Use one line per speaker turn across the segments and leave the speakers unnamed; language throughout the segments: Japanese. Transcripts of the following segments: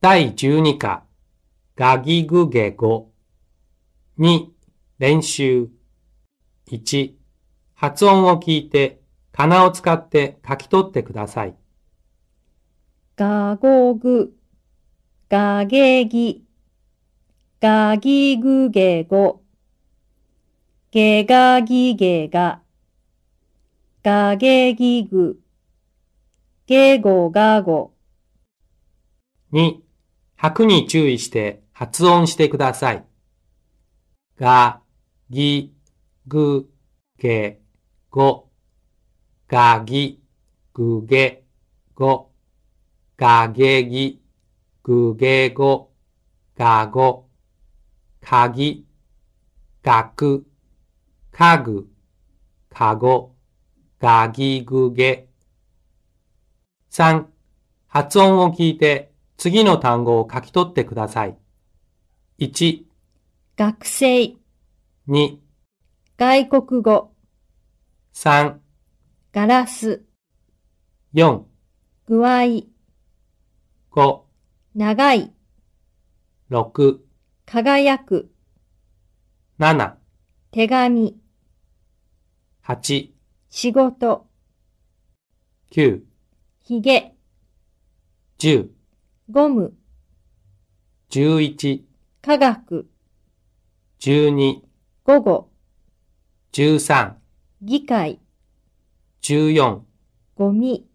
第12課、ガギグゲ語。2、練習。1、発音を聞いて、仮名を使って書き取ってください。
がごぐ、がげぎ、がぎぐげご、げがぎげが、がげぎぐ、げごがご、
2、拍に注意して発音してください。が、ぎ、ぐ、げ、ご。がぎ、ぐげ、ご。がげぎ、ぐげご。がご。かぎ、がく、かぐ、かご。がぎぐげ。3、発音を聞いて次の単語を書き取ってください。1、
学生、
2、
外国語、
3、
ガラス、
4、
具合、
5、
長い、
6、
輝く、
7、
手紙、
8、
仕事、
9、
ひげ、
10、
ゴム、
11、
科学、
12、
午後、
13、
議会、
14、
ゴミ、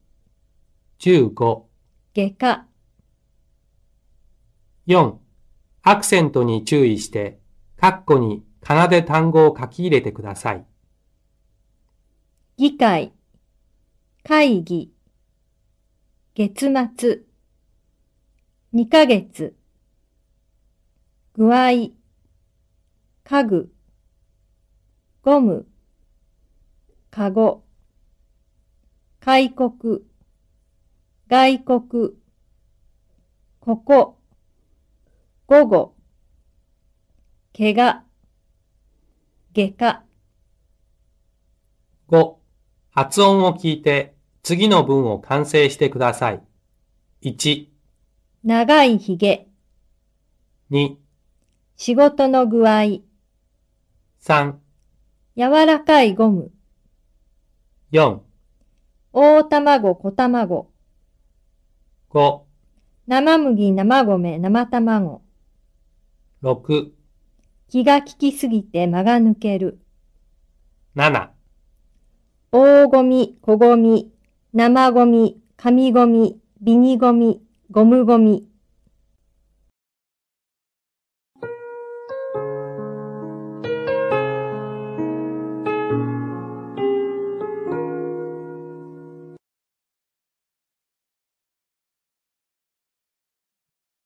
15、
外科、
4。アクセントに注意して、カッコに仮名で単語を書き入れてください。
議会、会議、月末、二ヶ月、具合、家具、ゴム、カゴ、開国、外国、ここ、午後、怪我、外科、
5. 発音を聞いて、次の文を完成してください。1、
長いひげ、
2、
仕事の具合、
3、
柔らかいゴム、
4、
大卵、小卵、
5、
生麦、生米、生卵、
6、
気が利きすぎて間が抜ける、
7、
大ゴミ、小ゴミ、生ゴミ、紙ゴミ、ビニゴミ、ゴムゴミ、